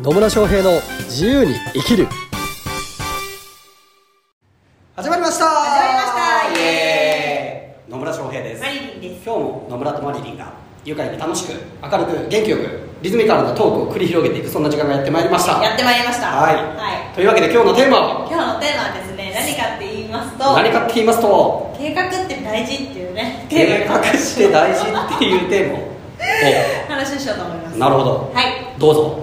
野村翔平の自由に生きる始まりました始まりましたイイエエーイ野村翔平ですマリリンです。今日も野村とマリリンが愉快に楽しく明るく元気よくリズミカルなトークを繰り広げていくそんな時間がやってまいりましたやってまいりました。はいは。というわけで今日のテーマはい今日のテーマはですね、何かって言いますと、何かって言いますと計画って大事っていうね、計テーマ画して大事っていうテー マを話をしようと思います。なるほどはい。おどうぞ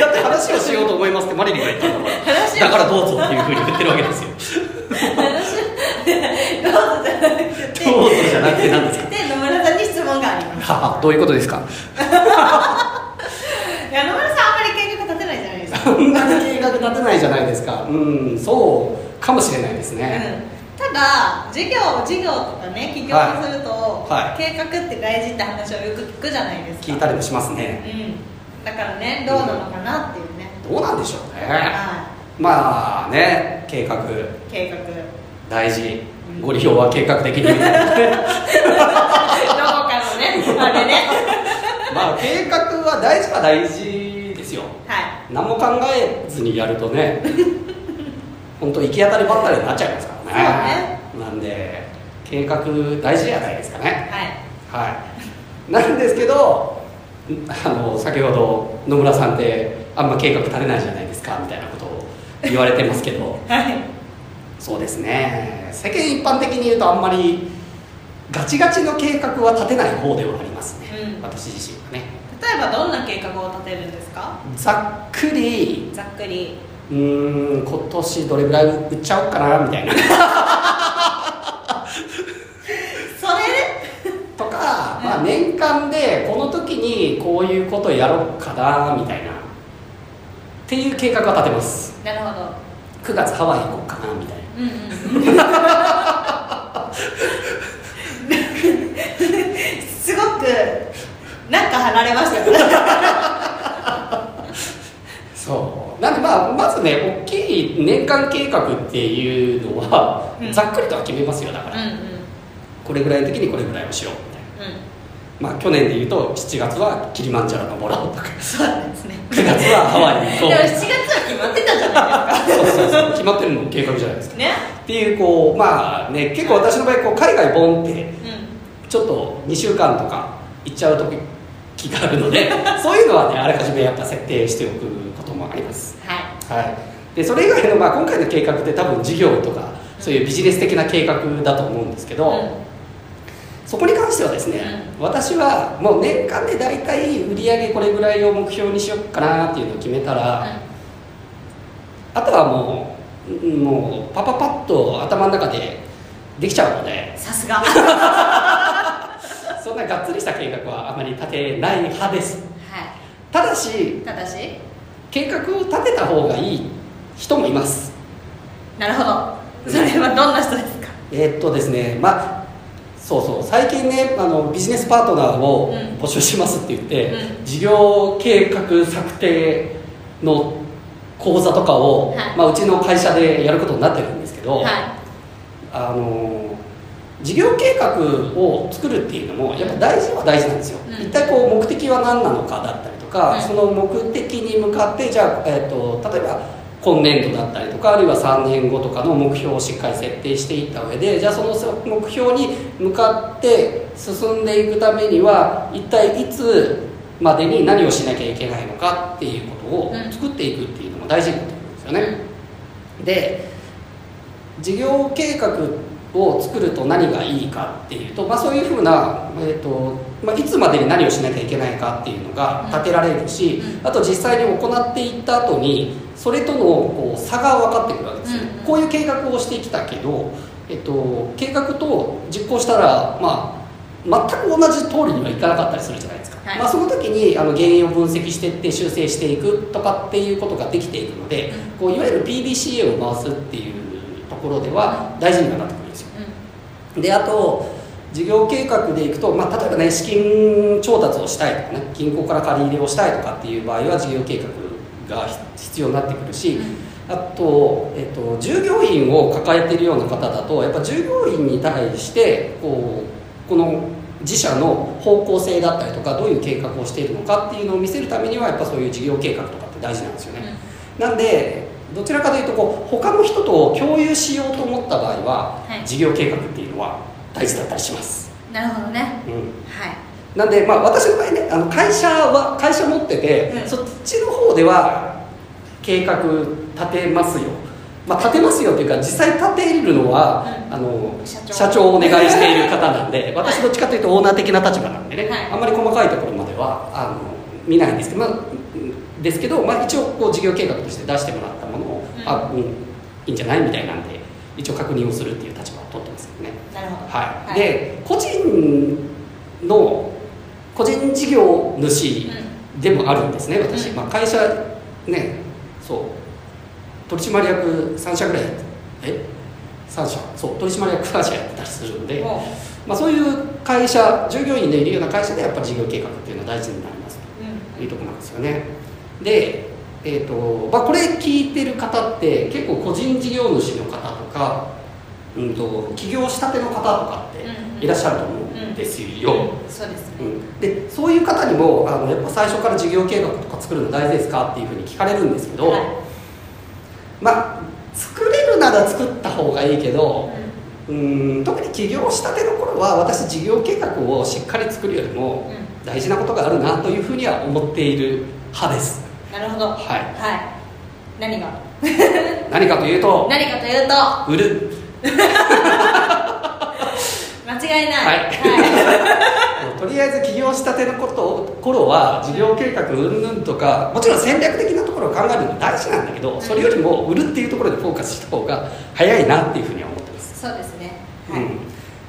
だって話をしようと思いますってマリリンが言ったんだもん話をだからどうぞっていうふうに言ってるわけですよ話どうぞじゃなくて、どうぞじゃなくて何ですかで野村さんに質問があります。はあどういうことですかいや野村さんあんまり計画立てないじゃないですか。そんなに計画立てないじゃないですかうんそうかもしれないですね、ただ事業事業とかね起業すると、はいは計画って大事って話をよく聞くじゃないですか聞いたりもしますねうんだからねどうなのかなっていうね、どうなんでしょうねはまあね計画い計画どう大事ご利用は計画的 にかのねあれねまあ計画は大事は大事ですよは何も考えずにやると ね本当行き当たりばったりになっちゃいますからねなんで計画大事じゃないですかいねはいはいなんですけどあの先ほど野村さんってあんま計画立てないじゃないですかみたいなことを言われてますけどはいそうですね世間一般的に言うとあんまりガチガチの計画は立てない方ではありますね、うん私自身はね例えばどんな計画を立てるんですかざっくりざっくりうーん今年どれぐらい売っちゃおうかなみたいなそれとか、まあ、年間でこの時にこういうことやろうかなみたいなっていう計画は立てますなるほど9月ハワイ行こうかなみたいなうんうんうん すごくなんか離れましたよねそうなんでまあまずね大きい年間計画っていうのは、うんざっくりとは決めますよだかうんら、うんこれぐらいの時にこれぐらいをしようみたいなうんまあ去年で言うと7月はキリマンジャロ登ろうとかそ うなんですね9月はハワイにで行もこ う7月は決まってたじゃないでそうそうそう決まってるのも計画じゃないですかすかねっていうこうまあね結構私の場合こう海外ボンってうちょっと2週間とか行っちゃう時があるの でそういうのはねあらかじめやっぱ設定しておくこともありますんはいはいでそれ以外の、まあ、今回の計画って多分事業とかそういうビジネス的な計画だと思うんですけど、そこに関してはですね、私はもう年間で大体売り上げこれぐらいを目標にしようかなっていうのを決めたら、あとはもううんもうパパパッと頭の中でできちゃうのでさすがはいそんながっつりした計画はあまり立てない派ですただしただし計画を立てた方がいい人もいますなるほどそれはどんな人ですかえーっとですねまあそうそう最近ねあのビジネスパートナーをうん募集しますって言って、う事業計画策定の講座とかを、はいまあ、うちの会社でやることになってるんですけど、はいあの事業計画を作るっていうのもやっぱ大事は大事なんですよ、うん一体こう目的は何なのかだったりとか、うんその目的に向かってじゃあ、えっと例えば今年度だったりとかあるいは3年後とかの目標をしっかり設定していった上でじゃあその目標に向かって進んでいくためには一体いつまでに何をしなきゃいけないのかっていうことをうん作っていくっていうのも大事なことなんですよね。で事業計画を作ると何がいいかっていうと、まあ、そういうふうな、えーとまあ、いつまでに何をしなきゃいけないかっていうのが立てられるし、うあと実際に行っていった後にそれとのこう差が分かってくるわけですよ、うんうんこういう計画をしてきたけど、えっと計画と実行したら、まあ、全く同じ通りにはいかなかったりするじゃないですか、はいまあ、その時にあの原因を分析していって修正していくとかっていうことができていくので、こういわゆる PDCA を回すっていうところでは大事にはなってくるんですよであと事業計画でいくと、まあ、例えばね資金調達をしたいとかね銀行から借り入れをしたいとかっていう場合は事業計画が必要になってくるし、あと、えっと、従業員を抱えているような方だとやっぱ従業員に対してこうこの自社の方向性だったりとかどういう計画をしているのかっていうのを見せるためにはやっぱそういう事業計画とかって大事なんですよね、なんでどちらかというとこう他の人と共有しようと思った場合は、はい事業計画っていうのは大事だったりします、なるほどねうん、はいなんで、まあ、私の場合ねあの会社は会社持ってて、うんそっちの方では計画立てますよ、まあ、立てますよっていうか実際立てるのは、うんあの社長社長をお願いしている方なん で私どっちかというとオーナー的な立場なんでね、はいあんまり細かいところまではあの見ないんですけど、まあうんですけど、まあ、一応こう事業計画として出してもらったものを、うんあうんいいんじゃないみたいなんで一応確認をするっていう立場を取ってますけどね。なるほどはい、はいで個人の個人事業主でもあるんですね、私、うんまあ、会社ねそう取締役3社ぐらいえ3社そう取締役3社やってたりするんで、おうまあ、そういう会社従業員でいるような会社でやっぱり事業計画っていうのは大事になりますうというところなんですよねで、えーとまあ、これ聞いてる方って結構個人事業主の方とか、うん、と起業したての方とかうんうっんていらっしゃると思うんですよ、んそうですねうんでそういう方にもあのやっぱ最初から事業計画とか作るの大事ですかっていうふうに聞かれるんですけど、はいまあ作れるなら作った方がいいけどううん特に起業したての頃は私事業計画をしっかり作るよりもんうん大事なことがあるなというふうには思っている派ですなるほどはいはい何が何かというと何かというと売る間違いないはいとりあえず起業したてのこと頃は事業計画うんぬんとかもちろん戦略的なところを考えるの大事なんだけどそれよりも売るっていうところでフォーカスした方が早いなっていうふうには思ってます、そうですねはい、うん、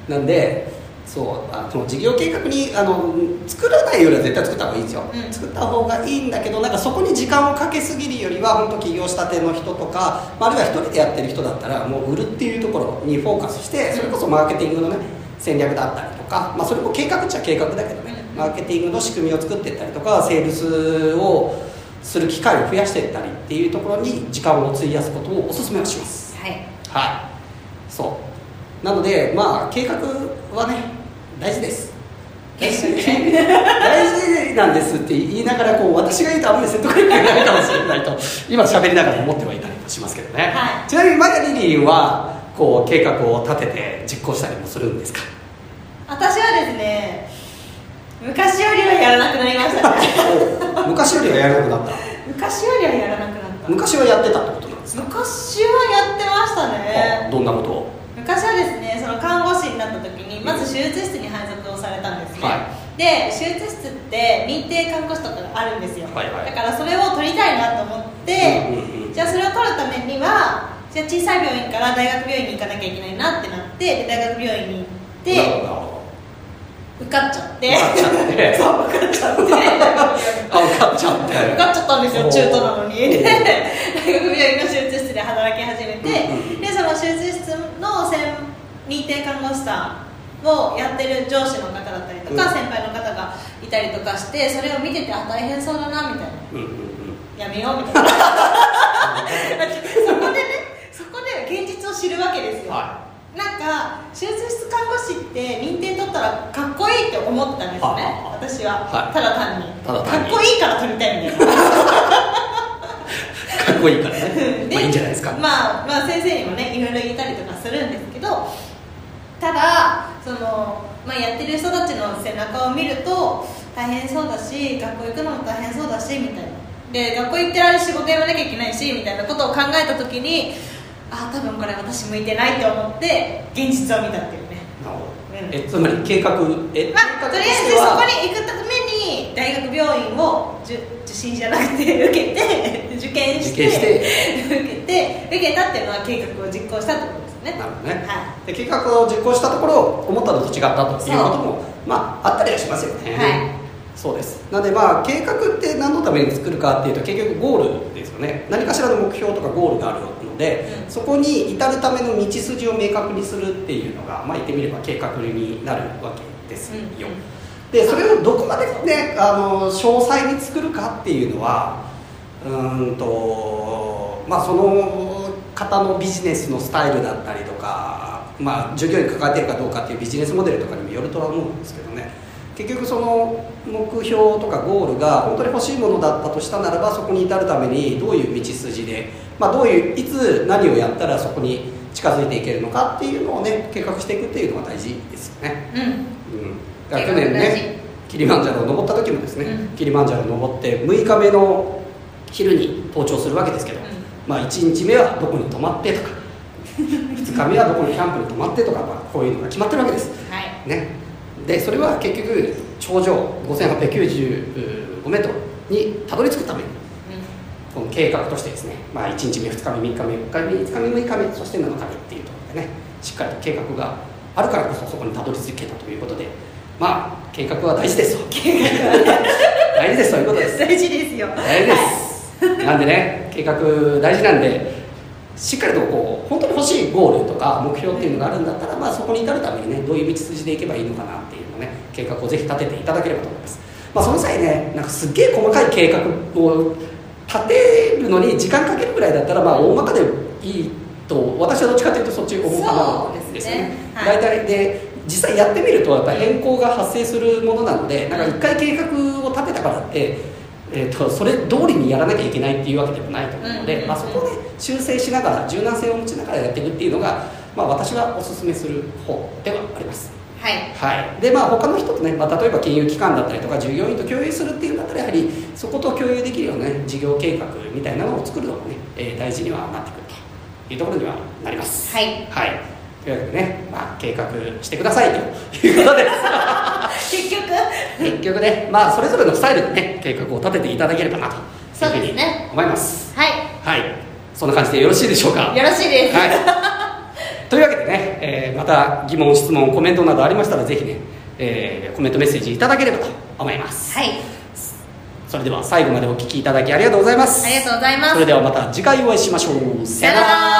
なんでそうあその事業計画にあの作らないよりは絶対作った方がいいんですよ、うん作った方がいいんだけどなんかそこに時間をかけすぎるよりは本当起業したての人とか、まあ、あるいは一人でやってる人だったらもう売るっていうところにフォーカスしてそれこそマーケティングのね戦略だったりとか、まあ、それも計画っちゃ計画だけどねうんマーケティングの仕組みを作っていったりとかセールスをする機会を増やしていったりっていうところに時間を費やすことをお勧めはしますはいはいそうなのでまあ計画はね大事です計大画事ね大事なんですって言いながらこう私が言うとあんまり説得力がないかもしれないと今喋りながら思ってはいたりもしますけどね、はいちなみにマガリリンはこう計画を立てて実行したりもするんですか私はですね昔よりはやらなくなりましたね昔よりはやらなくなっ昔よりはやらなくなったた昔はやってたってことなんですか、昔はやってましたあねどんなことを昔はですねその看護師になった時にまず手術室に配属をされたんですね、はで手術室って認定看護師とかがあるんですよ、はいはいだからそれを取りたいなと思っうて、んうんうんじゃあそれを取るためにはじゃあ小さい病院から大学病院に行かなきゃいけないなってなってで大学病院に行ってなるほどなるほど受かっちゃって受かっちゃってそう受かっちゃって あ分かっちゃって受かっちゃったんですよおー中途なのにおーで大学病院の手術室で働き始めうて、んうんうんでその手術室の専認定看護師さんをやってる上司の方だったりとうんか、先輩の方がいたりとかしてそれを見ててあ大変そうだなみたいなうんうんうんやめよう みたいなそこでねそこで現実を知るわけですよ、はなんか手術室看護師って認定取ったらかっこいいって思ったんですねはあ私は、はいただ単にただ単にかっこいいから取りたいみたいない、かっこいいからね、 でまあ、いいんじゃないですか、まあ、まあ先生にもねいろいろ言ったりとかするんですけどただその、まあ、やってる人たちの背中を見ると大変そうだし学校行くのも大変そうだしみたいなで学校行ってる仕事やらなきゃいけないしみたいなことを考えた時にああ多分これ私向いてないと思って現実を見たっていうねなるほどうんえつまり計画え、まあ、とりあえずそこに行くために大学病院を受受診じゃなくて受けて受験して受験して受けて受けたっていうのは計画を実行したってことですねなるほどねはで計画を実行したところ思ったのと違ったということもまああったりはしますよね、はいそうですなのでまあ計画って何のために作るかっていうと結局ゴールですよね何かしらの目標とかゴールがあるので、うんそこに至るための道筋を明確にするっていうのがまあ言ってみれば計画になるわけですよ、うんうんでそれをどこまでねあの詳細に作るかっていうのはうーんとまあその方のビジネスのスタイルだったりとかまあ、従業員に関わってるかどうかっていうビジネスモデルとかにもよるとは思うんですけどね結局その目標とかゴールが本当に欲しいものだったとしたならばそこに至るためにどういう道筋で、まあ、どういういつ何をやったらそこに近づいていけるのかっていうのをね計画していくっていうのが大事ですよね。うんうん、だから去年ねキリマンジャロを登った時もですね、うんキリマンジャロを登って6日目の昼に登頂するわけですけど、うんまあ、1日目はどこに泊まってと か2日目はどこのキャンプに泊まってとか、まあ、こういうのが決まってるわけです、はいね、でそれは結局頂上5895メートルにたどり着くためにこの計画としてですね、まあ、1日目2日目3日目4日目5日目6日目そして7日目っていうところでねしっかりと計画があるからこそそこにたどり着けたということでまあ計画は大事ですよ大事ですそういうことですうん大事ですよ大事です、 なんでね計画大事なんでしっかりとこう本当に欲しいゴールとか目標っていうのがあるんだったら、まあ、そこに至るためにねどういう道筋でいけばいいのかなっていうのをね計画をぜひ立てていただければと思います、まあ、その際ねなんかすっげえ細かい計画を立てるのに時間かけるぐらいだったらまあ大まかでいいと私はどっちかというとそっち思うかなそうでですすねねはい大体で実際やってみるとやっぱり変更が発生するものなのでなんか一回計画を立てたからって、えー、とそれ通りにやらなきゃいけないっていうわけでもないと思うのうんうんで、うんまあ、そこで修正しながら柔軟性を持ちながらやっていくっていうのが、まあ、私はお勧めする方ではあります。はいはい、でまあ他の人とね、まあ、例えば金融機関だったりとか従業員と共有するっていうんだったらやはりそこと共有できるようなね事業計画みたいなのを作るのもね、えー大事にはなってくるというところにはなります。はいというわけでね、まあ、計画してくださいということです結局結局ね、まあ、それぞれのスタイルでね計画を立てていただければなとそういうふうですにね思いますははいそんな感じでよろしいでしょうかいよろしいですはい、というわけでね、えーまた疑問質問コメントなどありましたらぜひね、えーコメントメッセージいただければと思いますはいそれでは最後までお聞きいただきありがとうございますありがとうございますそれではまた次回お会いしましょうさよなら